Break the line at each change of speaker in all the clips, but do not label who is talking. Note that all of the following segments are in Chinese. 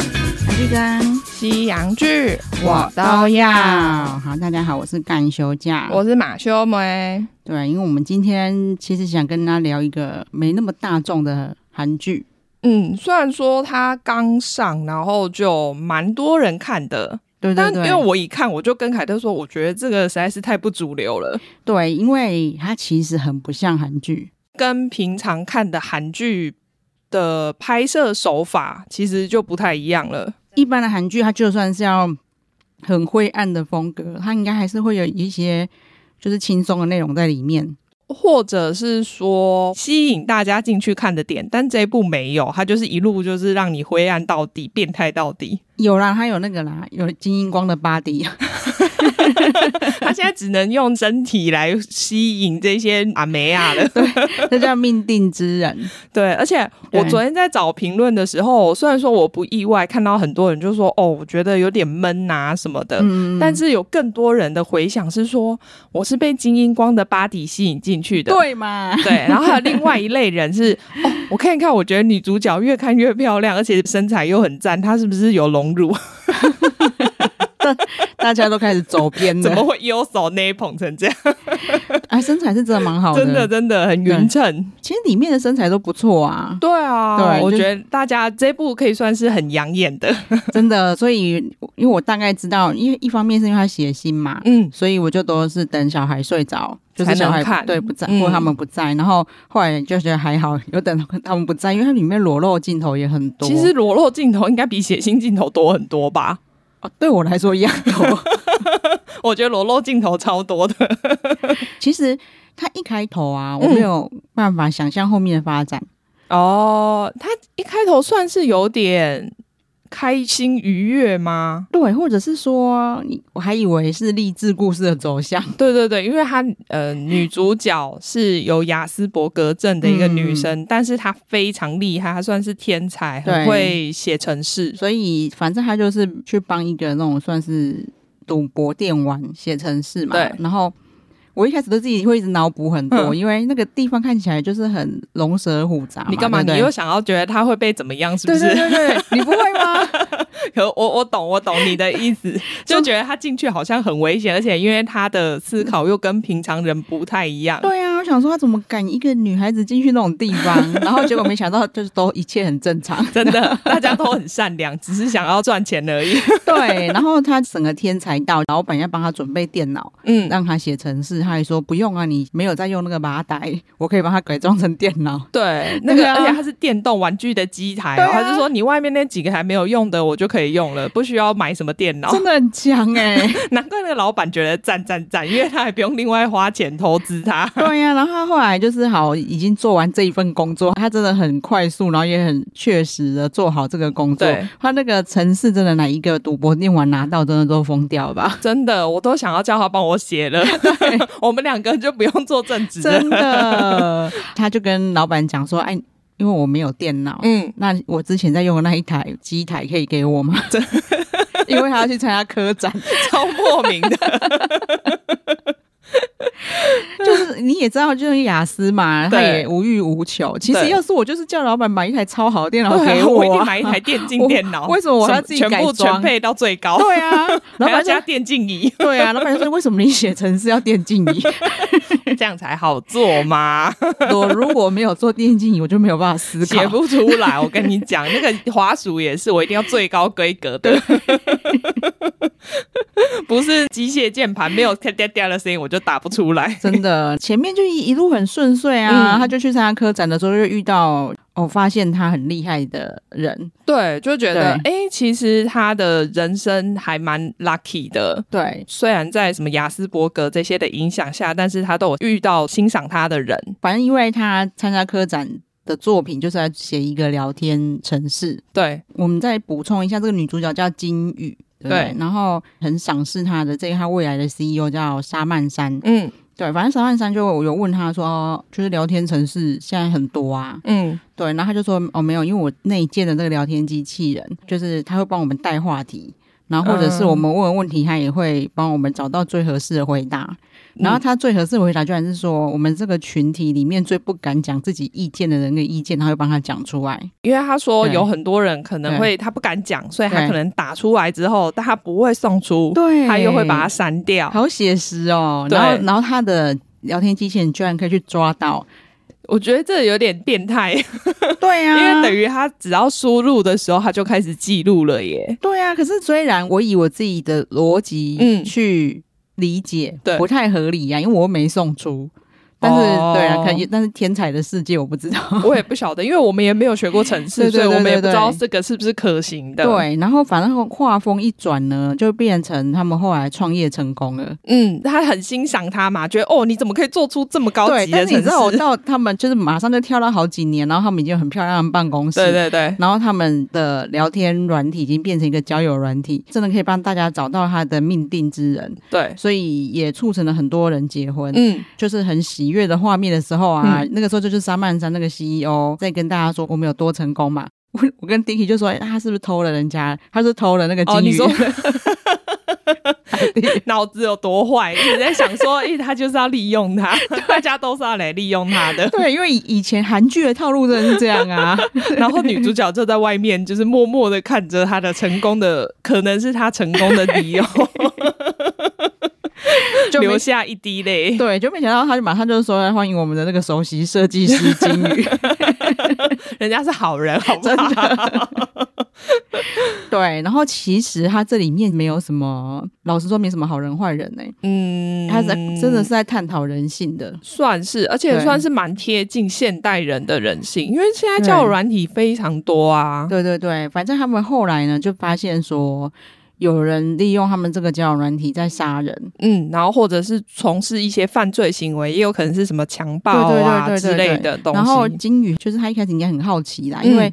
剧跟
西洋剧
好，大家好，我是干休假。
我是马修梅，
对，因为我们今天其实想跟大家聊一个没那么大众的韩剧，
嗯，虽然说它刚上，然后就蛮多人看的，
对对
但因
对，
为我一看，我就跟凯特说，我觉得这个实在是太不主流了，
对，因为它其实很不像韩剧，
跟平常看的韩剧的拍摄手法其实就不太一样了。
一般的韩剧它就算是要很灰暗的风格，它应该还是会有一些就是轻松的内容在里面。
或者是说吸引大家进去看的点，但这一部没有，它就是一路就是让你灰暗到底，变态到底。
有啦，它有那个啦，有金英光的 body，
他现在只能用身体来吸引这些阿梅 亚了。对
这叫命定之人。
对，而且我
对
昨天在找评论的时候，虽然说我不意外看到很多人就说哦，我觉得有点闷呐、什么的。
嗯，
但是有更多人的回想是说，我是被金英光的巴迪吸引进去的。
对嘛？
对，然后还有另外一类人是，哦，我看一看，我觉得女主角越看越漂亮，而且身材又很赞，她是不是有隆乳？
大家都开始走偏
怎么
了，
会右手那捧成这样？
哎，身材是真的蛮好
真的真的很匀称。
其实里面的身材都不错啊，
对啊，
对
我
就
觉得大家这部可以算是很养眼的。
真的。所以，因为我大概知道，因为一方面是因为他写信嘛，
嗯，
所以我就都是等小孩睡着，就是
才能
小孩
看
对不在，
嗯
或他们不在，然后后来就觉得还好，有等他们不在，因为它里面裸露镜头也很多。
其实裸露镜头应该比血腥镜头多很多吧？
哦对我来说一样多。
我觉得裸露镜头超多的。
其实他一开头
嗯
啊，我没有办法想象后面的发展。
哦，他一开头算是有点开心愉悦吗？
对，或者是说，你我还以为是励志故事的走向。
对对对，因为她呃，女主角是有雅斯伯格症的一
嗯
个女生，但是她非常厉害，她算是天才，很
对
会写程式。
所以反正他就是去帮一个那种算是赌博店玩写程式嘛。
对
然后我一开始都自己会一直脑补很多，
嗯
因为那个地方看起来就是很龙蛇虎杂嘛。
你干嘛？
啊对不对
你又想要觉得她会被怎么样？是不
对
是？
对对对，你不会吗？
可我我懂我懂你的 意思，就觉得他进去好像很危险，而且因为他的思考又跟平常人不太一样。
对啊，我想说他怎么敢一个女孩子进去那种地方，然后结果没想到就是都一切很正常。
真的，大家都很善良，只是想要赚钱 而已。
对，然后他整个天才到，老板要帮他准备电脑，
嗯，
让他写程式，他还说不用啊，你没有在用那个马达，我可以帮他改装成电脑。
对，那
对
个，
啊
而且它是电动玩具的机台、
对
哦，
啊
他是说你外面那几个还没有用的，我就可以用了，不需要买什么电脑。
真的很强哎、
难怪那个老板觉得赞赞赞，因为他还不用另外花钱投资 他。
对呀、然后他后来就是好，已经做完这一份工作，他真的很快速，然后也很确实的做好这个工作
对。
他那个城市真的哪一个赌博电玩拿到，真的都疯掉了吧？
真的，我都想要叫他帮我写了， 我们两个就不用做正职了。
真的， 他就跟老板讲说：“哎，因为我没有电脑，
嗯，
那我之前在用的那一台机台可以给我 吗？” 因为他要去参加科展，
超莫名的。
就是你也知道，就是雅思嘛，他
对
也无欲无求。其实
对
要是我，就是叫老板买一台超好的电脑
对啊
给
我，
我、啊，
一定买一台电竞电脑。
我为什么我还要自己
全
改
部全
装
配到最高？
对啊，老
还要
板
加
说，
电竞椅
对啊，老板就说为什么你写程式要电竞椅？
这样才好做嘛？
我如果没有做电竞椅，我就没有办法思考
写。不出来，我跟你讲，那个滑鼠也是，我一定要最高规格的，不是机械键盘没有咔嗒嗒的声音，我就打不出来。
真的，前面就一一路很顺遂啊，
嗯
他就去参加科展的时候就遇到哦，发现他很厉害的人，
对，就觉
得
哎、其实他的人生还蛮 lucky 的。
对，
虽然在什么雅斯伯格这些的影响下，但是他都有遇到欣赏他的人。
反正因为他参加科展的作品就是在写一个聊天程式。
对，
我们再补充一下，这个女主角叫金宇。对不对，
对
然后很赏识她的这个她未来的 CEO 叫沙曼山，
嗯
对，反正沈万山就有问他说，哦就是聊天城市现在很多啊，
嗯，
对，然后他就说哦没有，因为我内建的那个聊天机器人，就是他会帮我们带话题，然后或者是
嗯
我们问的问题，他也会帮我们找到最合适的回答。
嗯
然后他最合适的回答居然是说，我们这个群体里面最不敢讲自己意见的人的意见，他会帮他讲出来。
因为他说
对
有很多人可能会他不敢讲，所以他可能打出来之后，但他不会送出，
对
他又会把它删掉。
好写实哦。
对
然后，然后他的聊天机器人居然可以去抓 到，
我觉得这有点变态，
对啊
因
呀、
为等于他只要输入的时候，他就开始记录了 耶。
对啊，可是虽然我以我自己的逻辑
嗯
去理解，
对
不太合理呀、啊因为我又没送出。但是、
哦
对啊，可以，但是天才的世界我不知道。
我也不晓得，因为我们也没有学过程式，
对对
所以我们
对对
也不知道
对
这个是不是可行的。，
对，然后反正画风一转呢，就变成他们后来创业成功了。
嗯，他很欣赏他嘛，觉得哦，你怎么可以做出这么高
对，
级的
但是
程
你知道，我
式？
到他们就是马上就跳到好几年，然后他们已经有很漂亮的办公室，
对对对，
然后他们的聊天软体已经变成一个交友软体，真的可以帮大家找到他的命定之人，
对，
所以也促成了很多人结婚。
嗯，
就是很喜悦的画面的时候啊，那个时候就是沙曼山那个 CEO 在跟大家说我们有多成功嘛。 我我跟 Dicky 就说、哎他是不是偷了人家？他是偷了那个
哦，
金鱼。
你说 脑子有多坏，一直在想说，哎，他就是要利用 他，大家都是要来利用他的。
对，因为以以前韩剧的套路真的是这样 啊。
然后女主角就在外面，就是默默的看着他的成功的，可能是他成功的理 由，
就没
流下一滴泪。
对，就没想到他就马上就说啊欢迎我们的那个首席设计师金 鱼。
人家是好人，好不
真
好？
的。对，然后其实他这里面没有什么，老实说没什么好人坏人呢、欸
嗯，
他在真的是在探讨人性的。
算是，而且
对
算是蛮贴近现代人的人性，因为现在交友
对
软体非常多啊。
对对对，反正他们后来呢就发现说，有人利用他们这个交友软体在杀人。
嗯，然后或者是从事一些犯罪行为，也有可能是什么强暴啊
对对对对对
之类的东西。
然后金宇就是他一开始应该很好奇啦，因为
嗯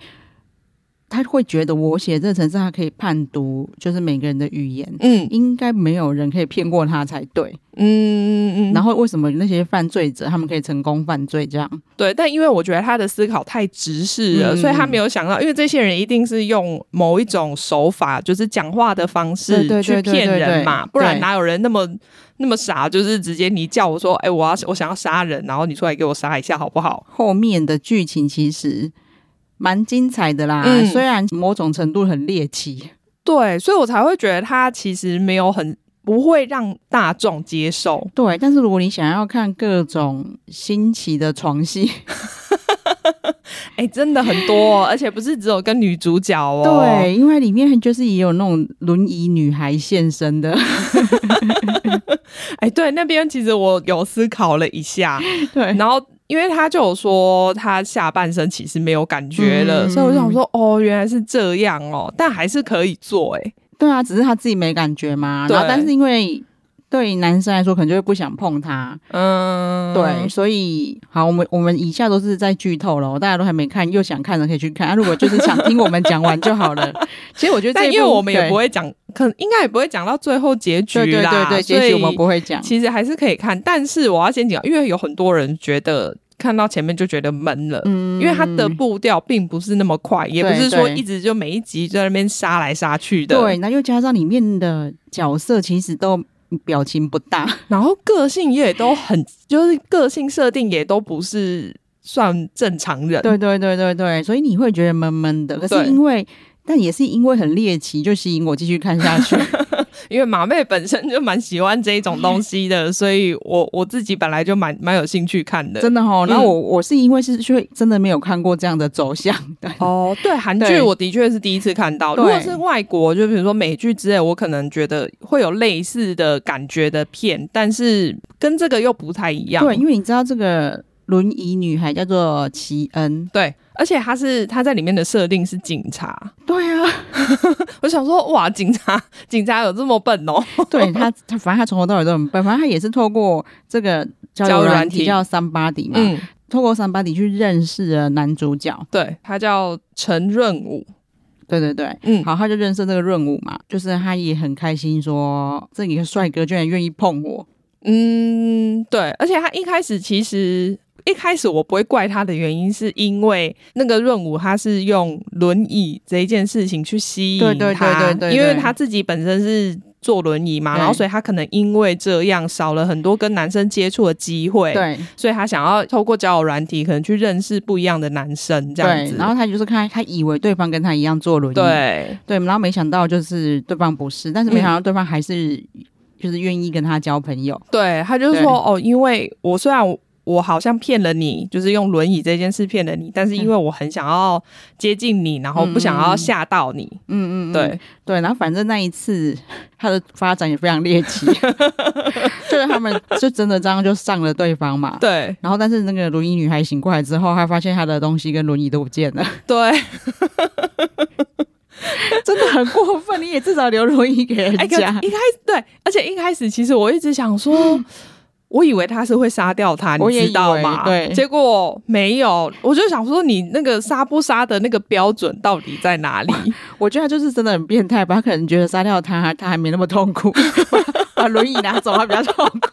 他会觉得我写这个程式，他可以判读就是每个人的语言。
嗯
应该没有人可以骗过他才对。
嗯嗯嗯，
然
后
后为什么那些犯罪者他们可以成功犯罪这样？
对，但因为我觉得他的思考太直视了，
嗯
所以他没有想到，因为这些人一定是用某一种手法，就是讲话的方式
对对
去
对对
骗
对
人
对
嘛，不然
对
哪有人那么那么傻，就是直接你叫我说，哎、我要我想要杀人，然后你出来给我杀一下好不好？
后面的剧情其实蛮精彩的啦，
嗯
虽然某种程度很猎奇，
对，所以我才会觉得他其实没有很不会让大众接受。
对，但是如果你想要看各种新奇的床戏，
哎、真的很多、哦，而且不是只有跟女主角哦。，
对，因为里面就是也有那种轮椅女孩现身的，
哎、对，那边其实我有思考了一下，
对，
然后。因为他就有说他下半身其实没有感觉了，
嗯
所以我想说哦，原来是这样哦，但还是可以做哎、
对啊，只是她自己没感觉嘛，
对
然后但是因为。对于男生来说，可能就会不想碰她。
嗯，
对，所以好，我们我们以下都是在剧透了，大家都还没看，又想看的可以去看。啊、如果就是想听我们讲完就好 了。其实我觉得这
但
一部，
因为我们也
对
不会讲，可能应该也不会讲到最后结局
对对对
啦，
对，
所
结
以
局我们不会讲。
其实还是可以看，但是我要先讲，因为有很多人觉得看到前面就觉得闷了。
嗯
因为它的步调并不是那么快，也不是说
对
一直就每一集就在那边杀来杀去的。
对，，那又加上里面的角色其实都表情不大，
然后个性也都很，就是个性设定也都不是算正常人。
对对对对对，所以你会觉得闷闷的。可
对
是因为，但也是因为很猎奇，就吸引我继续看下去。
因为马妹本身就蛮喜欢这一种东西的，所以我 我自己本来就蛮蛮有兴趣看的。
真的哦，
嗯
然后我我是因为是去真的没有看过这样的走向的。
哦，对，韩剧
对
我的确是第一次看到。如
对
果是外国，就比如说美剧之类，我可能觉得会有类似的感觉的片，但是跟这个又不太一样。
对，因为你知道这个轮椅女孩叫做齐恩。
对而且他是他在里面的设定是警察，
对啊，
我想说哇，警察 警察有这么笨哦？
对她她反正她从头到尾都很笨，反正她也是透过这个交
交友
友
软
软
体
体叫三八底嘛，
嗯，
透过三八底去认识了男主角。
对，他叫陈润武，
对对对，
嗯，
好，他就认识这个润武嘛，就是他也很开心说，这里的帅哥居然愿意碰我，
嗯，对，而且他一开始其实。一开始我不会怪他的原因，是因为那个润武他是用轮椅这一件事情去吸引他，
对对对对对对
因为他自己本身是坐轮椅嘛，
对
然后所以他可能因为这样少了很多跟男生接触的机会，，
对
所以他想要透过交友软体可能去认识不一样的男生，这样
对
子，，
然后他就是看他以为对方跟他一样坐轮椅，
对
对，嗯然后没想到就是对方不是，但是没想到对方还是、就是愿意跟他交朋友，
对，他就是
对
说哦，因为我虽然我我好像骗了你，就是用轮椅这件事骗了你，但是因
嗯
为我很想要接近你，然后不想要吓到你，
嗯嗯，嗯
对，
对，然后反正那一次 他的发展也非常猎奇， 就是他们就真的这样就上了对方嘛。
对
然后，但是那个轮椅女孩醒过来之后，她发现她的东西跟轮椅都不见了，
对，
真的很过分。你也至少留轮椅给人
哎，可
家，
一开始对，而且一开始其实我一直想说。 我以为他是会杀掉他，
我
你
也以为
知道吗？
对
结果没有，我就想说你那个杀不杀的那个标准到底在哪 里？
我觉得她就是真的很变态吧。她可能觉得杀掉她，她还没那么痛 苦，把轮椅拿走她比较痛苦。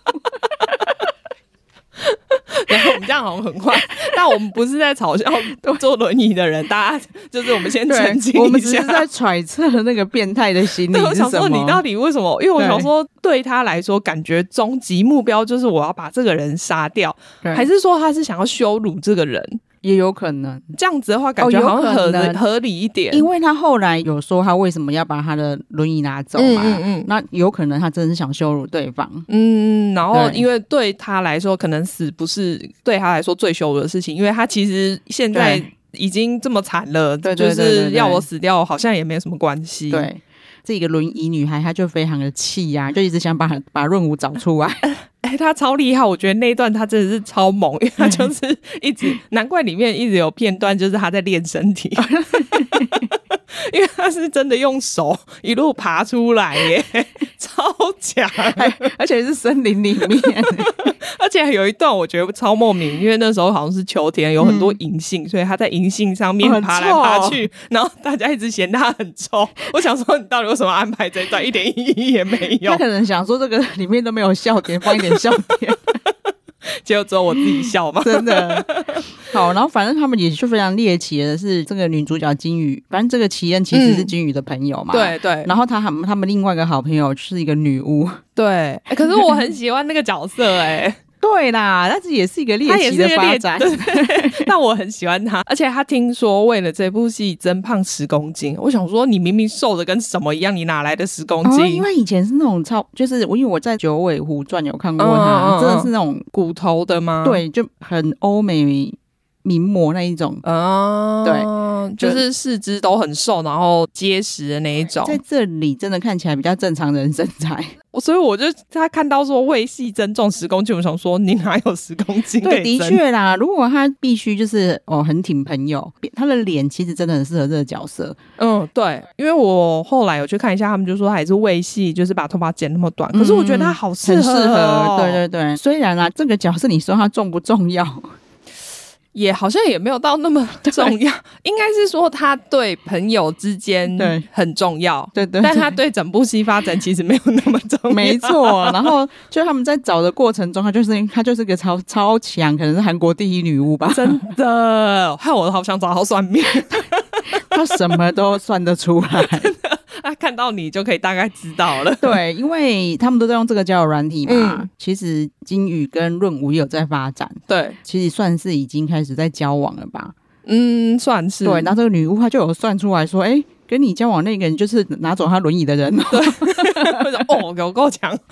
然后我们这样好像很 坏，但我们不是在嘲笑坐轮椅的人，大家就是我们 先澄清一下。
我们只是在揣测那个变态的心理
对，我
是
想
什
说你
么
到。底为什么？因为我想说，对他来说，感觉终极目标就是我要把这个人杀掉，
对
还是说他是想要羞辱这个人？
也有可能，
这样子的话，感觉
有
好像
可
合
能
合理一点。
因为他后来有说他为什么要把他的轮椅拿走嘛，
嗯嗯嗯
那有可能他真的是想羞辱对方。
嗯，然后
对
因为对他来说，可能死不是对他来说最羞辱的事情，因为他其实现在
对
已经这么惨了，
对
就
对对对
是
对
要我死掉好像也没有什么关系。
对，这个轮椅女孩她就非常的气呀、就一直想把把润武找出来。
哎、他超厉害，我觉得那一段他真的是超猛，因为
嗯
他就是一直，难怪里面一直有片段，就是他在练身 体，因为他是真的用手一路爬出来耶，超强！
而且是森林里 面，
而且有一段我觉得超莫名，因为那时候好像是秋天，有很多银杏，所以他在银杏上
嗯
面
哦很
爬来
臭
爬去，然后大家一直嫌他很臭。我想说，你到底为什么安排这一段，一点意义也没 有
她？可能想说这个里面都没有笑点，放一点笑点，
结果只有我自己笑嘛。
真的。好，然后反正他们也是非常猎奇的是，这个女主角金鱼，反正这个奇恩其实是
嗯
金鱼的朋友嘛。。
对对，
然后他他们他们另外一个好朋友是一个女巫，
对、欸可是我很喜欢那个角色 哎、
对啦，但是也是一个猎
他也
奇
是
的
一个
发
猎
展，
但我很喜欢他，而且他听说为了这部戏增胖十公斤，我想说你明明瘦的跟什么一样，你哪来的十公
哦，
斤？
因为以前是那种超，就是我因为我在《九尾狐传》有看过
嗯嗯
他，
嗯
真的是那种、
骨头的吗？
对，就很欧美名模那一种。
啊，
对
就是四肢都很瘦，然后结实的那一种。
在这里真的看起来比较正常人身材，
所以我就他看到说为戏增重十公斤，我想说你哪有十公斤可
对，
以
的
增？
确啦。如果他必须就是哦，很挺朋友，他的脸其实真的很适合这个角色。
嗯，对，因为我后来有去看一下，他们就说他也是为戏，就是把头发剪那么短。可是我觉得他好
嗯很
嗯合哦，
对对对。虽然啊，这个角色你说他重不重要？
也好像也没有到那 么重要，应该是说他对朋友之间
对
很重要，
对对
但他对整部戏发展其实没有那么重要。
没错，然后就他们在找的过程中，她就是她就是个超超强，可能是韩国第一女巫吧，
真的， 害我好想找他算命。
她什么都算得出来。
他啊看到你就可以大概知道了。
对，因为他们都在用这个交友软体嘛，
嗯
其实金宇跟润武也有在发展，
对，
其实算是已经开始在交往了吧。
嗯，算是
对，那这个女巫她就有算出来说，哎、跟你交往那个人就是拿走她轮椅的人哦、
我想哦，有够强。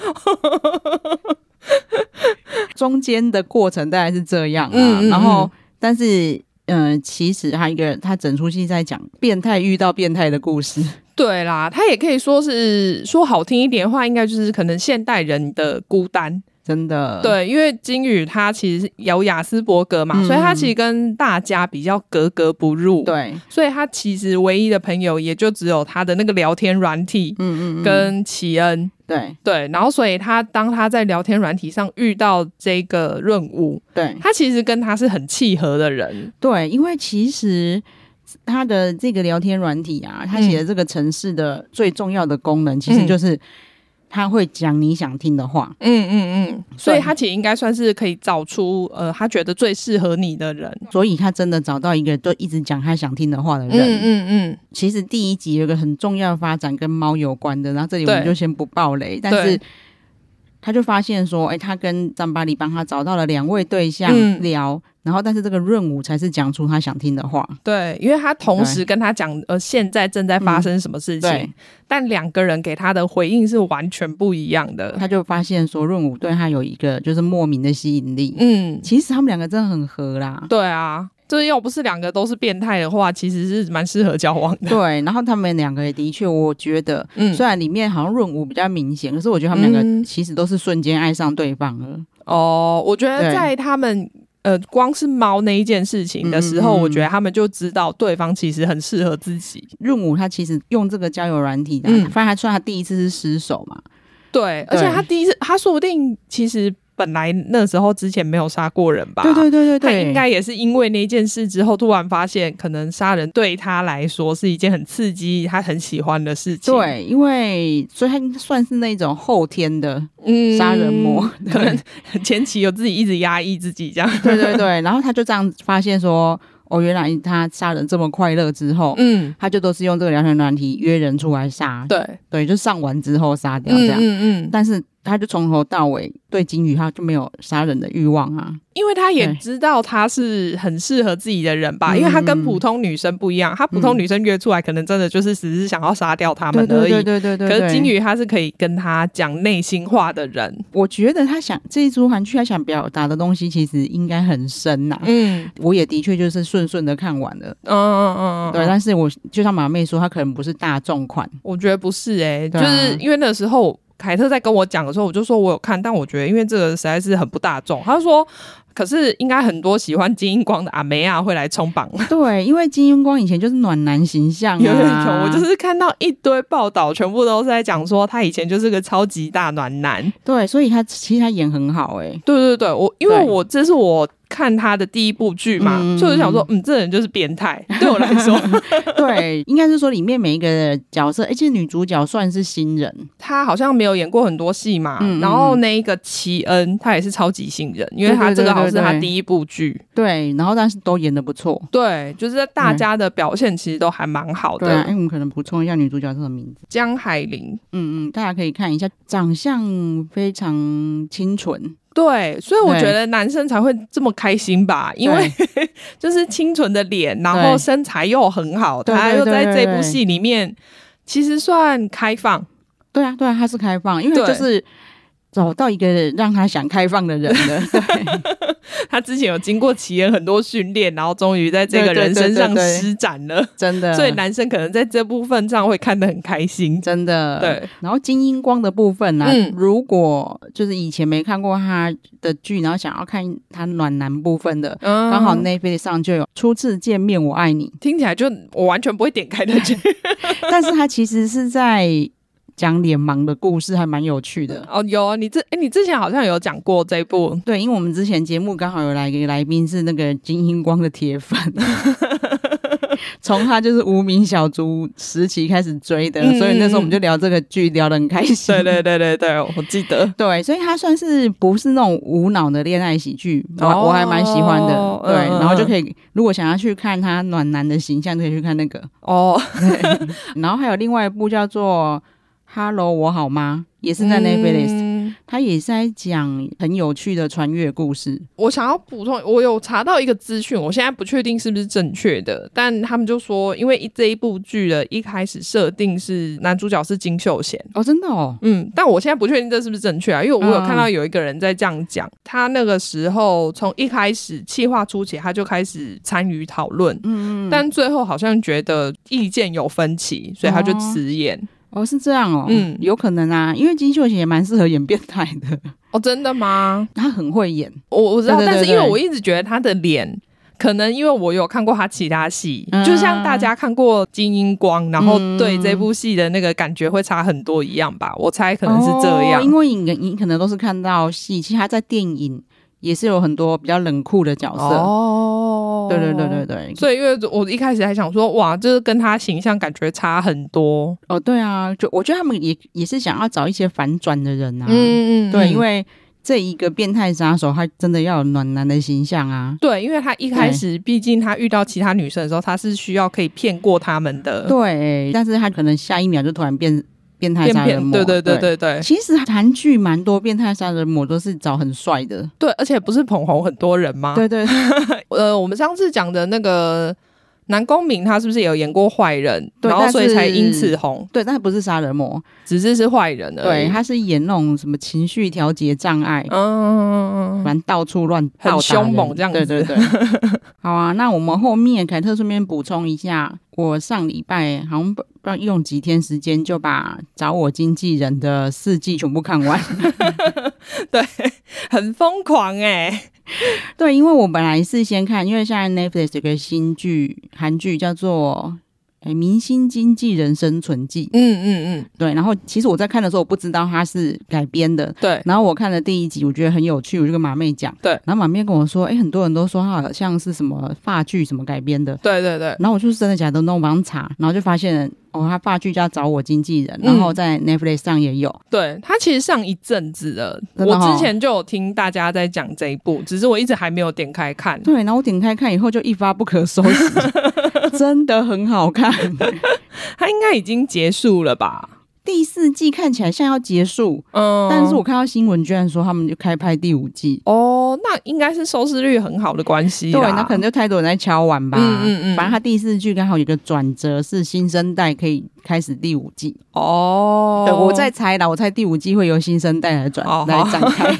中间的过程大概是这样啊，
嗯嗯
然后但是。嗯，其实他一个他整出戏在讲变态遇到变态的故事，
对啦，他也可以说是说好听一点的话，应该就是可能现代人的孤单。
真的，
对，因为金宇他其实有雅斯伯格嘛，
嗯
所以他其实跟大家比较格格不入。，
对，
所以他其实唯一的朋友也就只有他的那个聊天软体
嗯嗯嗯，
跟奇恩。
对
对，然后所以他当他在聊天软体上遇到这个润物，
对
他其实跟他是很契合的人。
对，因为其实他的
嗯
这个聊天软体啊，他写的这个城市的最重要的功能，其实就是他会讲你想听的话。
嗯嗯嗯，所以他其实应该算是可以找出呃，他觉得最适合你的人。
所以他真的找到一个都一直讲他想听的话的人。
嗯嗯，
其实第一集有一个很重要的发展跟猫有关的，然后这里我们
对
就先不爆雷，但是。他就发现说，哎、他跟张巴里帮他找到了两位对象
嗯
聊，然后但是这个润武才是讲出他想听的话，
对，因为他同时跟他讲呃，现在正在发生什么事情，
对，
但两个人给他的回应是完全不一样的。
他就发现说润武对他有一个就是莫名的吸引力，
嗯，
其实他们两个真的很合啦，
对啊，这要不是两个都是变态的话，其实是蛮适合交往的。
对，然后他们两个也的确，我觉得、
嗯，
虽然里面好像润武比较明显，可是我觉得他们两
嗯
个其实都是瞬间爱上对方了。
哦，我觉得
对
在他们呃，光是猫那一件事情的时候，
嗯嗯嗯
我觉得他们就知道对方其实很适合自己。
润武他其实用这个交友软体的，啊
嗯
反正他算他第一次是失手嘛，
对，
对
而且他第一次，他说不定其实本来那时候之前没有杀过人吧？
对对对对
他
对，
应该也是因为那件事之后，突然发现可能杀人对他来说是一件很刺激、他很喜欢的事情。，
对，因为所以他应该算是那种后天的，
嗯
杀人魔
可能前期有自己一直压抑自己这样。
对对对，然后他就这样发现说，哦，原来他杀人这么快乐之后。
嗯，
他就都是用这个聊天软体约人出来杀，
对，
对，就上完之后杀掉这样。
嗯嗯
但是他就从头到尾对金鱼他就没有杀人的欲望啊，
因为他也
对
知道他是很适合自己的人吧，
嗯
因为他跟普通女生不一样，他普
嗯
通女生约出来可能真的就是只是想要杀掉他们而
对
已。
对对对对。
可是金
对，
鱼他是可以跟他讲内心话的人，
我觉得他想这一出韩剧他想表达的东西其实应该很深呐、
嗯
我也的确就是顺顺的看完了，
嗯嗯嗯，
对。但是我就像马妹说，她可能不是大众款，
我觉得不是哎、
对
就
啊
是因为那时候凯特在跟我讲的时候，我就说我有看，但我觉得因为这个实在是很不大众。他就说，可是应该很多喜欢金英光的阿梅啊会来冲榜。
对，因为金庸光以前就是暖男形象、啊，
有有，我就是看到一堆报道，全部都是在讲说他以前就是个超级大暖男。
对，所以他其实他演很好哎、
对对对，我因为
对
我这是我看他的第一部剧嘛，
嗯
所以我就想说，嗯，这人就是变态。对我来 说，
对，应该是说里面每一个角色，而且女主角算是新人，
他好像没有演过很多戏嘛。
嗯嗯
然后那一个齐恩，他也是超级新人，因为他
对对对
这个好像是
对对
他
对
第一部剧。
对，然后但是都演的不错，
对，就是大家的表现其实都还蛮好
对啊，
的。
哎、我们可能补充一下女主角是什么名字？
江海玲，
嗯嗯，大家可以看一下，长相非常清纯，
对，所以我
对
觉得男生才会这么开心吧，因为 就是清纯的脸，然后
对
身材又很好，
对对
他又
对
在
对
这部
对
戏里面其实算开放，
对啊对啊，她是开放，因为她
对
就是找到一个让她想开放的人 了，对
他之前有经过奇人很多训练，然后终于在这个
对对
人身上
对对对嗯
施展了，
真的，
所以男生可能在这部分上会看得很开心。
真的。
对，
然后金英光的部分呢、啊
嗯
如果就是以前没看过她的剧，然后想要看她暖男部分的，
嗯
刚好 Netflix 上就有《初次见面我爱你
听起来就我完全不会点开的剧》，
但是她其实是在讲脸盲的故事，还蛮有趣的。
哦，有啊，你之哎，你之前好像有讲过这一部，
对，因为我们之前节目刚好有来一个来宾是那个金英光的铁 粉，从他就是无名小卒时期开始追的，
嗯
所以那时候我们就聊这个剧，聊得很开心。
对对对对对，我记得。
对，所以他算是不是那种无脑的恋爱喜剧，我、
哦
我还蛮喜欢的。对，
嗯嗯嗯
然后就可以，如果想要去看他暖男的形象，就可以去看那个。
哦，
然后还有另外一部叫做《Hello 我好吗》，也是在 Netflix，、
嗯
他也是在讲很有趣的穿越故事。
我想要补充，我有查到一个资讯，我现在不确定是不是正确的，但他们就说，因为一这一部剧的一开始设定是男主角是金秀贤。
哦，真的哦，
嗯，但我现在不确定这是不是正确啊，因为我
嗯
有看到有一个人在这样讲，他那个时候从一开始企划初期他就开始参与讨论，嗯，但最后好像觉得意见有分歧，所以他就
哦
辞演。
哦是这样哦，
嗯
有可能啊，因为金秀贤也蛮适合演变态 的，
哦，真的吗？
他很会演。
我我知道，
对对对
但是因为
对
我一直觉得他的脸，可能因为我有看过他其他戏，
嗯
就像大家看过《金英光》，然后
嗯
对这部戏的那个感觉会差很多一样吧，我猜可能是这样。
哦因为你你可能都是看到戏，其实他在电影也是有很多比较冷酷的角色。
哦哦，
对对对对。对，
所以，因为我一开始还想说，哇，就是跟他形象感觉差很多。
哦对啊，就我觉得他们也也是想要找一些反转的人啊，
嗯
对，因
为
为这一个变态杀手他真的要有暖男的形象啊，
对，因为他一开始，毕竟他遇到其他女生的时候，他是需要可以骗过他们的，
对，但是他可能下一秒就突然变变态杀人
骗
魔，
对对对
对。
对对
其实韩剧蛮多变态杀人魔都是找很帅的，
对，而且不是捧红很多人吗？
对对
呃，我们上次讲的那个南宫珉，他是不是也有演过坏人，
对
然后所以
但是
才因此红，
对，但他不是杀人魔，
只是是坏人而已。
对，他是演那种什么情绪调节障碍，
嗯，
反正到处乱暴打
很
人
凶猛这样子
对对对， 好啊，那我们后面凯特顺便补充一下，我上礼拜好像不不知道用几天时间就把找我经纪人的四季全部看 完。
很疯狂哎、
对，因为我本来是先看，因为现在 Netflix 有个新剧韩剧叫做。诶明星经纪人生存记，
嗯嗯嗯，
对，然后其实我在看的时候，我不知道它是改编的，
对，
然后我看了第一集，我觉得很有趣，我就跟马妹讲。
对
然后马妹跟我说，哎、很多人都说它好像是什么法剧什么改编的，
对对对，
然后我就是真的假的，那我马上查，然后就发现哦，他法剧就要找我经纪人，
嗯
然后在 Netflix 上也有。
对他其实上一阵子了，
真的
我
哦
之前就有听大家在讲这一部，只是我一直还没有点开看。
对，然后我点开看以后就一发不可收 拾，真的很好看。
它应该已经结束了吧？
第四季看起来像要结束，
嗯，
但是我看到新闻居然说他们就开拍第五季。
哦，那应该是收视率很好的关系啦
对，那可能就太多人在敲碗吧。
嗯嗯嗯
反正他第四季刚好有个转折，是新生代可以开始第五季。
哦，
对，我在猜啦，我猜第五季会由新生代来转、
哦
来展开。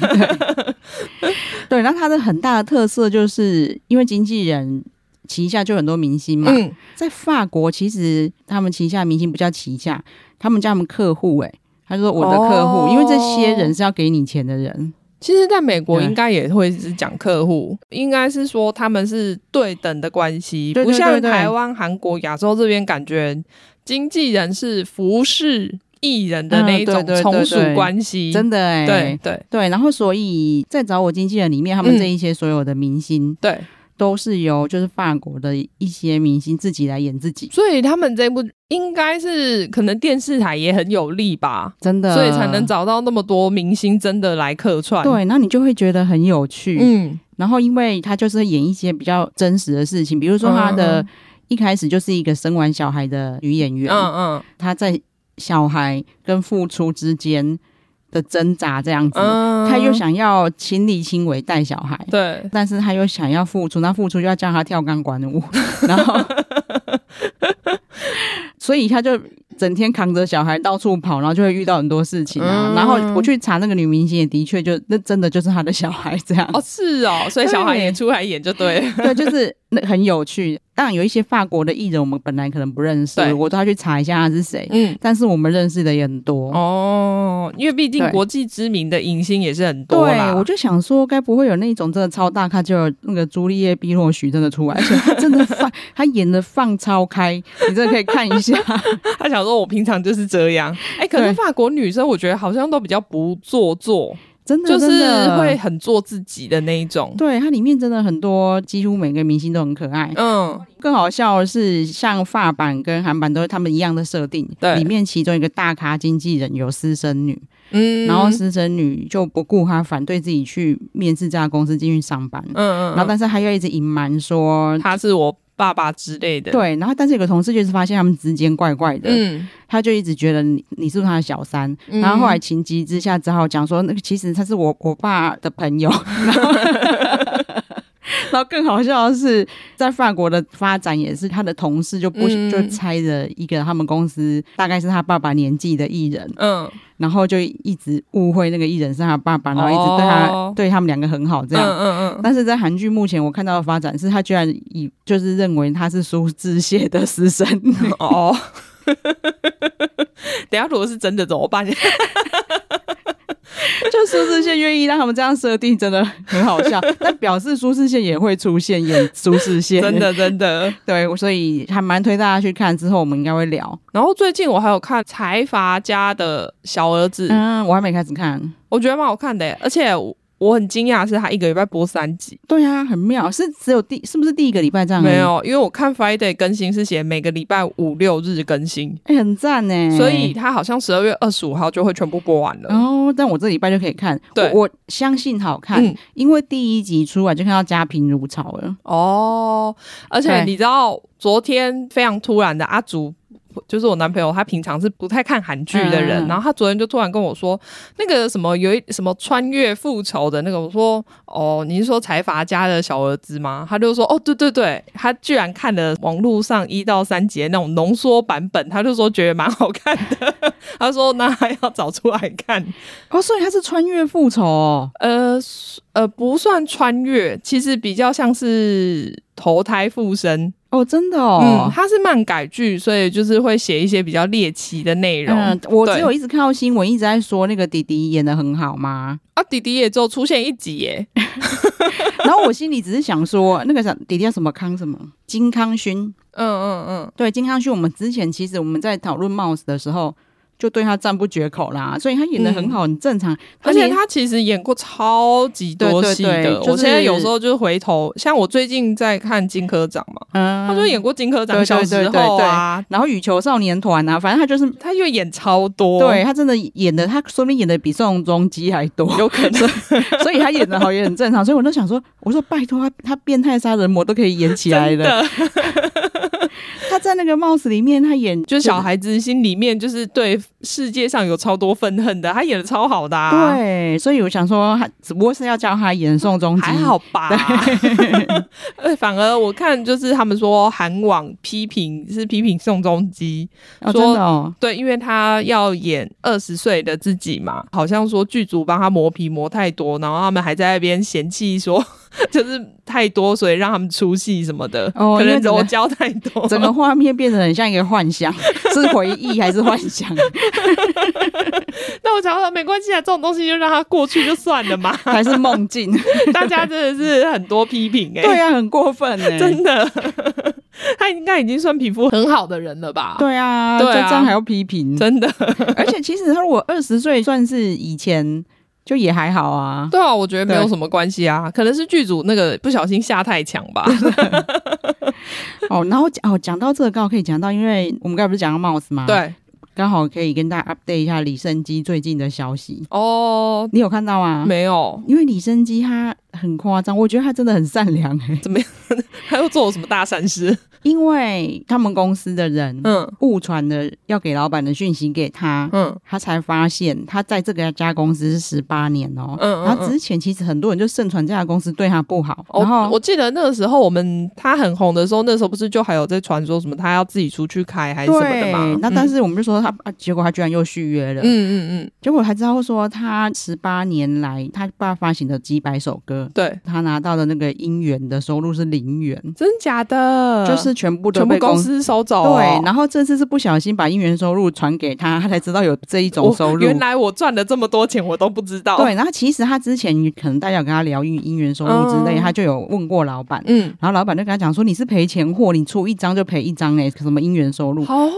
对， 对，那它的很大的特色就是因为经纪人旗下就有很多明星嘛，
嗯，
在法国其实他们旗下明星不叫旗下，他们叫他们客户、欸。他就说我的客户，
哦
因为这些人是要给你钱的人，
其实在美国
对
应该也会是讲客户，应该是说他们是对等的关系，
对对
不像
对对
台湾、韩国、亚洲这边感觉经纪人是服侍艺人的那一种
嗯对对对
从属
对对
关系，
真的哎、
对对
对，然后所以在找我经纪人里面，他们
嗯
这一些所有的明星、
对，
都是由就是法国的一些明星自己来演自己，
所以他们这部应该是可能电视台也很有力吧，
真的，
所以才能找到那么多明星真的来客串，，
对，然后你就会觉得很有趣。
嗯，
然后因为他就是演一些比较真实的事情，比如说他的、
嗯
一开始就是一个生完小孩的女演员，
嗯嗯
她在小孩跟付出之间的挣扎这样子，
嗯，
她又想要亲力亲为带小孩。
对。
但是她又想要付出，那付出就要叫她跳钢管 舞，然后，所以她就整天扛着小孩到处跑，然后就会遇到很多事情啊。
嗯
然后我去查那个女明星，也的确就那真的就是她的小孩这样。
哦，是哦，所以小孩也
对
出来演就对了，
对，就是那很有趣。当然有一些法国的艺人，我们本来可能不认识
对，
我都要去查一下他是谁。
嗯，
但是我们认识的也很多。
哦，因为毕竟
对
国际知名的影星也是很
对
多啦，，
我就想说，该不会有那种真的超大咖，就有那个朱丽叶·碧洛许真的出来，而且她真的放，她演的放超开，你真的可以看一下。
他想说我平常就是这样。哎、可是
对
法国女生我觉得好像都比较不做作，
真的，
就
真
是
的
会。很做自己的那一种。
对，它里面真的很多，几乎每个明星都很可爱。
嗯，
更好笑的是，像法版跟韩版都是他们一样的设定，
对
里面其中一个大咖经纪人有私生女，
嗯，
然后私生女就不顾她反对自己去面试这家公司进去上班，
嗯嗯，
然后但是她又一直隐瞒说，
他是我爸爸之类的。，
对，然后但是有个同事就是发现他们之间怪怪的，
嗯，
他就一直觉得你你是不是他的小三，
嗯
然后后来情急之下只好讲说，那个其实他是我我爸的朋友。 然后然后更好笑的是，在法国的发展也是，他的同事就不、
嗯
就猜着一个他们公司大概是他爸爸年纪的艺人，
嗯
然后就一直误会那个艺人是他爸爸，然后一直对他、
哦
对他们两个很好这
嗯
样。
嗯嗯，
但是在韩剧目前我看到的发展是，他居然以就是认为他是苏志燮的私生女，
哦。 等一下，如果是真的怎 么办？
就苏志燮愿意让他们这样设定，真的很好笑。但表示苏志燮也会出现演苏志燮，
真的真的。
对，所以还蛮推大家去看。之后我们应该会聊。
然后最近我还有看财阀家的小儿子，
嗯，我还没开始看，
我觉得蛮好看的耶，而且我我很惊讶的是他一个礼拜播三集，
对啊，很妙，是只有第是不是第一个礼拜这样？
没，有，因为我看 Friday 更新是写每个礼拜五六日更新，
哎、很赞呢、
所以他好像十二月二十五号就会全部播完了。
哦，但我这礼拜就可以看，
对
我，我相信好看，
嗯
因为第一集出来就看到家贫如潮了，
哦，而且
对
你知道，昨天非常突然的阿竹。就是我男朋友，他平常是不太看韩剧的
嗯
人，
嗯嗯
然后他昨天就突然跟我说，那个什么有一什么穿越复仇的那个，我说哦，你是说财阀家的小儿子吗？他就说哦，对对对，他居然看了网络上一到三集的那种浓缩版本，他就说觉得蛮好看的， 他说那还要找出来看，
哦，所以他是穿越复仇哦，
呃是呃，不算穿越，其实比较像是投胎附身。
哦，真的
嗯，
哦。
它是漫改剧，所以就是会写一些比较猎奇的内容。
嗯，我
对
只有一直看到新闻，一直在说那个弟弟演的很好 嘛，
啊，弟弟也只有出现一 集耶，
然后我心里只是想说，那个小弟弟叫什么康什么金康勋，
嗯嗯嗯，
对金康勋，我们之前其实我们在讨论 Mouse 的时候就对他赞不绝口啦，所以他演的很好，很正常，
而且
连
他其实演过超级多戏的。
对对对就
我现在
是
有时候就回头，像我最近在看金科长嘛，
嗯，
他就演过金科长
对对
小时
对对
候啊，
然后羽球少年团啊，反正他就是
他就演超多，
对，他真的演的，他说不定演的比宋仲基还多，有可能，所以他演的好也很正常。所以我都想说，我说拜托他，他变态杀人魔都可以演起来了。 他在那个 Mouse 里面，他演
就是小。孩子心里面就是对世界上有超多愤恨的，他演的超好的、啊，，
对，所以我想说，他只不过是要叫他演宋仲基，
还好 吧。呃， 反而我看就是他们说韩网批评是批评宋仲基，
哦，
说
真的哦，
对，因为他要演二十岁的自己嘛，好像说剧组帮他磨皮磨太多，然后他们还在那边嫌弃说 就是太多，所以让他们出戏什么的，
哦
可
因
能
为整个
柔焦太多，
整个画面变得很像一个幻想，是回忆还是幻想？
那我想说没关系啊，这种东西就让它过去就算 了嘛。
还是梦 境？
大家真的是很多批评哎、
对啊，很过分呢、
真的，他应该已经算皮肤很好的人了吧？，
对啊，
对
就
啊
这样还要批评，
真的，
而且其实他如果二十岁算是以前，就也还好啊。
对啊，我觉得没有
对
什么关系啊，可能是剧组那个不小心下太强 吧。
哦，然后讲哦，讲到这个刚好可以讲到，因为我们刚才不是讲到 Mouse 吗？，
对，
刚好可以跟大家 update 一下李生基最近的消息。
哦，
你有看到吗？
没有，
因为李生基他很夸张，我觉得他真的很善良、欸、
他又做了什么大善事？
因为他们公司的人
嗯
误传了要给老板的讯息给他，
嗯
他才发现他在这个家公司是十八年哦、
嗯
然
嗯
后
嗯。
之前其实很多人就盛传这家公司对他不好，然
哦
后，
我记得那个时候我们他很红的时候，那时候不是就还有在传说什么他要自己出去开还是什么的吗？
那但
是，
是我们就说他，啊、结果他居然又续约了。
嗯嗯嗯，
结果才知道说他十八年来他爸发行的几百首歌，
对，
他拿到的那个音源的收入是零元，
真假的，
就是全部都
呃全部
被
公
公。
司收走、哦，
对，然后这次是不小心把音源收入传给他，他才知道有这一种
我
收入。
哦原来哦我赚了这么多钱，我都不知道。
对，，然后其实他之前可能大家有跟他聊音音源收入之类，
嗯
他就有问过老板，
嗯，
然后老板就跟他讲说你是赔钱货，你出一张就赔一张哎、什么音源收入？
好坏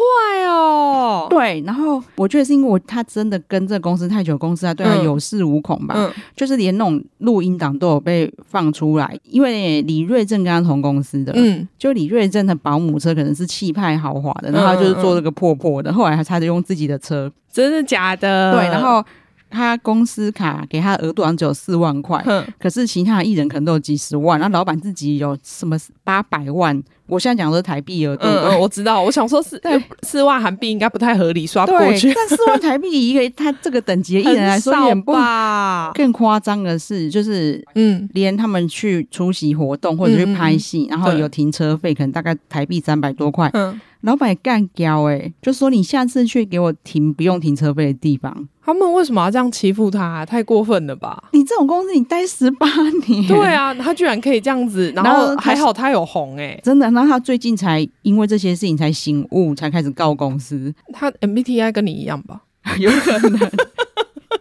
哦。
对，然后我觉得是因为我他真的跟这个公司太久，公司啊他对他
嗯
有恃无恐吧，
嗯
就是连那种录音档都有被放出来。因为李瑞正跟他同公司的，
嗯，
就李瑞正的保姆车可能是气派豪华的，
嗯
然后他就是坐这个破破的，后来他才用自己的车，
真的假的？
对，然后他公司卡给他的额度好像只有四万块。
哼，
可是其他的艺人可能都有几十万，然后老板自己有什么八百万，我现在讲的是台币额度，
嗯嗯，我知道，我想说四
对
四万韩币应该不太合理，刷不过
对，
去。
但四万台币以一个他这个等级的艺人来说，
很少
也不
吧？
更夸张的是，就是
嗯，
连他们去出席活动或者去拍戏，然后有停车费，可能大概台币三百多块，
嗯，
老板也干掉哎、就说你下次去给我停不用停车费的地方。
他们为什么要这样欺负他、啊太过分 了吧？
你这种公司你待十八年，
对啊，他居然可以这样子，然
然
后
后他
还好他有红哎、
真的。然后他最近才因为这些事情才醒悟，才开始告公司，
他 MBTI 跟你一样吧？
有可能。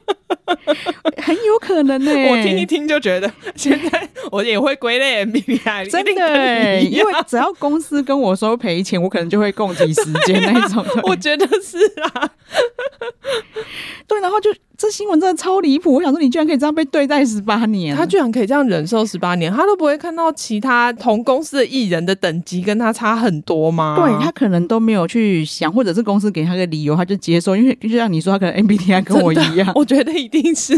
很有可能欸呢、
我听一听就觉得，现在我也会归类 MBTI，
真
一定
的
跟
欸，
你一
因
样
为只要公司跟我 说赔钱，我可能就会供给时间那一种的。
我觉得是啊，
对，然后就这新闻真的超离谱，我想说你居然可以这样被对待十八年，
他居然可以这样忍受十八年，他都不会看到其他同公司的艺人的等级跟他差很多吗？
对他可能都没有去想，或者是公司给他个理由，他就接受，因为就像你说，他可能 MBTI 跟 我一样。
我觉得一定是，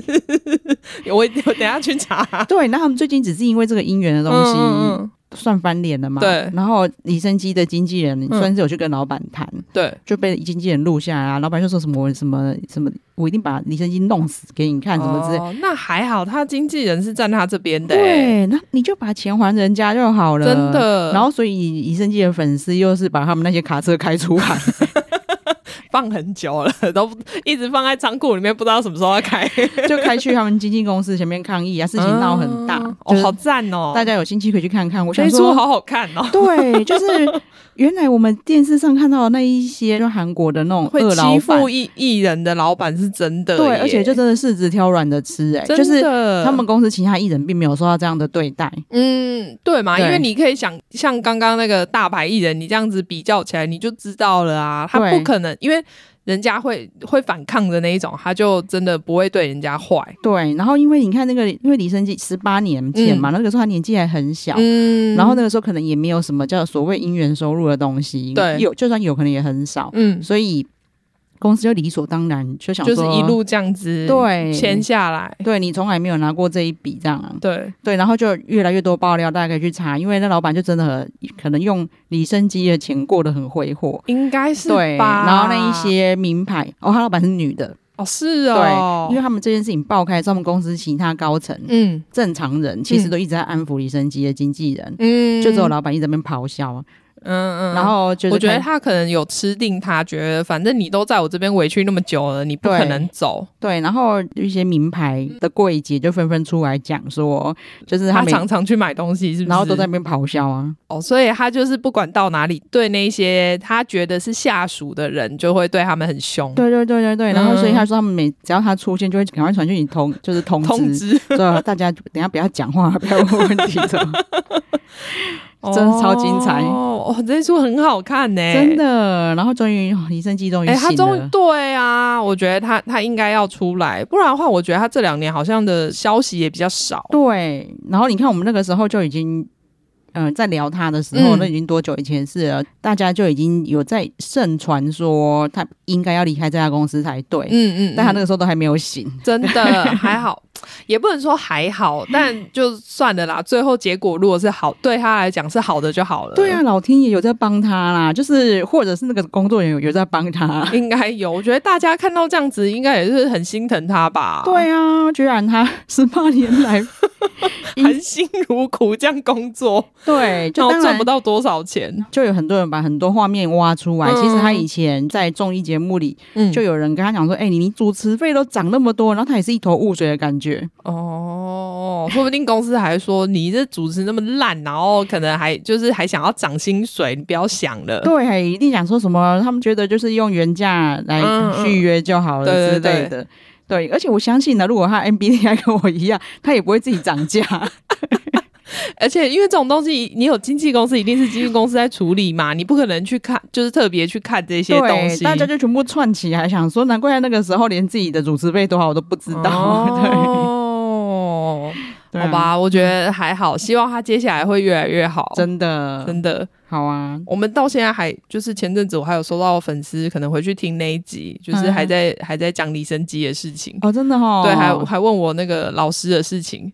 我我等一下去查。
对，那他们最近只是因为这个姻缘的东西。
嗯嗯
算翻脸了嘛？
对
然后李生基的经纪人算是有去跟老板谈，
对，
就被经纪人录下来啊。老板就说什么什么什么，我一定把李生基弄死给你看，什么之类。
哦。那还好，他经纪人是站他这边的、欸，
对，那你就把钱还人家就好了，
真。的。
然后，所以李生基的粉丝又是把他们那些卡车开出来，
放很久了，都一直放在仓库里面，不知道什么时候 要开。
就开去他们经纪公司前面抗议啊，事情闹很大。就
哦，
是
好赞哦！
大家有兴趣可以去看看。我
这
想
一出
说，
好好看哦，
对，就是原来我们电视上看到的那一些，就韩国的那种
会
恶老
欺
板
负艺艺人的老板是真的耶，
对，而且就真的是只挑软的吃、欸，哎，
真
就是
的
他们公司其他艺人并没有受到这样的对待。
嗯，对嘛，
对
因为你可以想像刚刚那个大牌艺人，你这样子比较起来，你就知道了啊，他
对
不可能，因为人家会会反抗的那一种，他就真的不会对人家坏。
对，然后因为你看那个，因为李生基十八年前嘛，那个时候他年纪还很小。
嗯
然后那个时候可能也没有什么叫所谓姻缘收入的东西，
对
有就算有可能也很少，
嗯，
所以公司就理所当然就想
就
说，
是一路这样子
对
签下来，
对你从来没有拿过这一笔这样、啊，
对，
对，然后就越来越多爆料，大家可以去查，因为那老板就真的很可能用李生基的钱过得很挥霍，
应该是
对，
吧
然后那一些名牌，哦，他老板是女的，
哦是哦
对，，因为他们这件事情爆开之后，他们公司其他高层、
嗯
正常人其实都一直在安抚李生基的经纪人，
嗯
就只有老板一直在那边咆哮啊，
嗯嗯，
然。后就是
我觉得
看
他可能有吃定他，觉得反正你都在我这边委屈那么久了，你不
对
可能走。
对，然后一些名牌的柜姐就纷纷出来讲说，就是他
他
每
常常去买东西，是不是？
然后都在那边咆哮啊，
哦，所以他就是不管到哪里，对那些他觉得是下属的人，就会对他们很凶。
对对对对对，然后
嗯
所以他说他们每只要他出现就会赶快传讯你通，就是通知，
通 知
对啊，大家等一下不要讲话，不要问问题，这 样真的超精彩
哦！哦这一出很好看呢、
真。的。然后终于哦李生基终于
哎、他
醒
终于
了，
对啊，我觉得他他应该要出来，不然的话，我觉得他这两年好像的消息也比较少。
对，然后你看，我们那个时候就已经，嗯、在聊他的时候，
嗯
那已经多久以前的事了？大家就已经有在盛传说他应该要离开这家公司才对，
嗯嗯，
但他那
个
个时候都还没有醒。
真的还好，也不能说还好，但就算了啦。最后结果如果是好，对他来讲是好的就好了。
对啊，老天爷有在帮他啦，就是或者是那个工作人员有有在帮他。
应该有，我觉得大家看到这样子，应该也是很心疼他吧？
对啊，居然他十八年 来，
含辛茹苦这样工作，
对，嗯就
然后
当
赚
然
不到多少钱，
就有很多人把很多画面挖出来。
嗯
其实他以前在综艺节目里，
嗯
就有人跟他讲说：“哎、你你主持费都涨那么多，然后他也是一头雾水的感觉。
哦，说不定公司还说你这主持那么烂，然后可能还就是还想要涨薪水，你不要想了。
对，一定讲说什么，他们觉得就是用原价来
嗯嗯
续约就好了
对
之
对对
类的。对，而且我相信呢，如果他 MBTI 跟我一样，他也不会自己涨价。
而且因为这种东西，你有经纪公司，一定是经纪公司在处理嘛，你不可能去看，就是特别去看这些东
对，
西。
大家就全部串起来，想说难怪他那个时候连自己的主持费多少我都不知道。
哦，
对，对啊
好，吧，我觉得还好，希望他接下来会越来越好。
真的
真的，
好啊，
我们到现在还就是前阵子我还有收到粉丝可能回去听那一集，就是还在、还在讲李生基的事情，
哦，真的嗯哦，
对，还还问我那个老师的事情，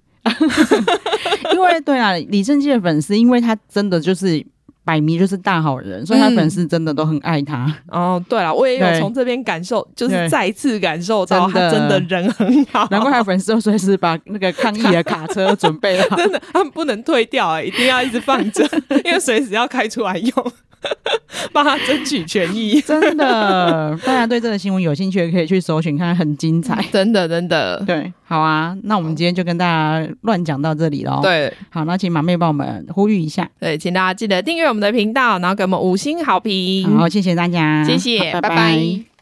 因为对啊，李正基的粉丝，因为他真的就是百迷就是大好人，所以他
嗯
粉丝真的都很爱他。
哦，对了，我也有
对
从这边感受，就是
对
再次感受到
真
他
的
真的人很好，
难怪他粉丝都随时把那个抗议的卡车准备好。
真的他们不能退掉、欸，一定要一直放 着，因为随时要开出来用， 帮他争取权 益。
真的，大家对这个新闻有兴趣，可以去搜寻看，很精 彩。
真的，真的，
对，好啊，那我们今天就跟大家乱讲到这里喽。，
对
好，那请马妹帮我们呼吁一下。
对，请大家记得订阅我们的频道，然后给我们五星好评。
啊好，谢谢大家，
谢谢
好
拜拜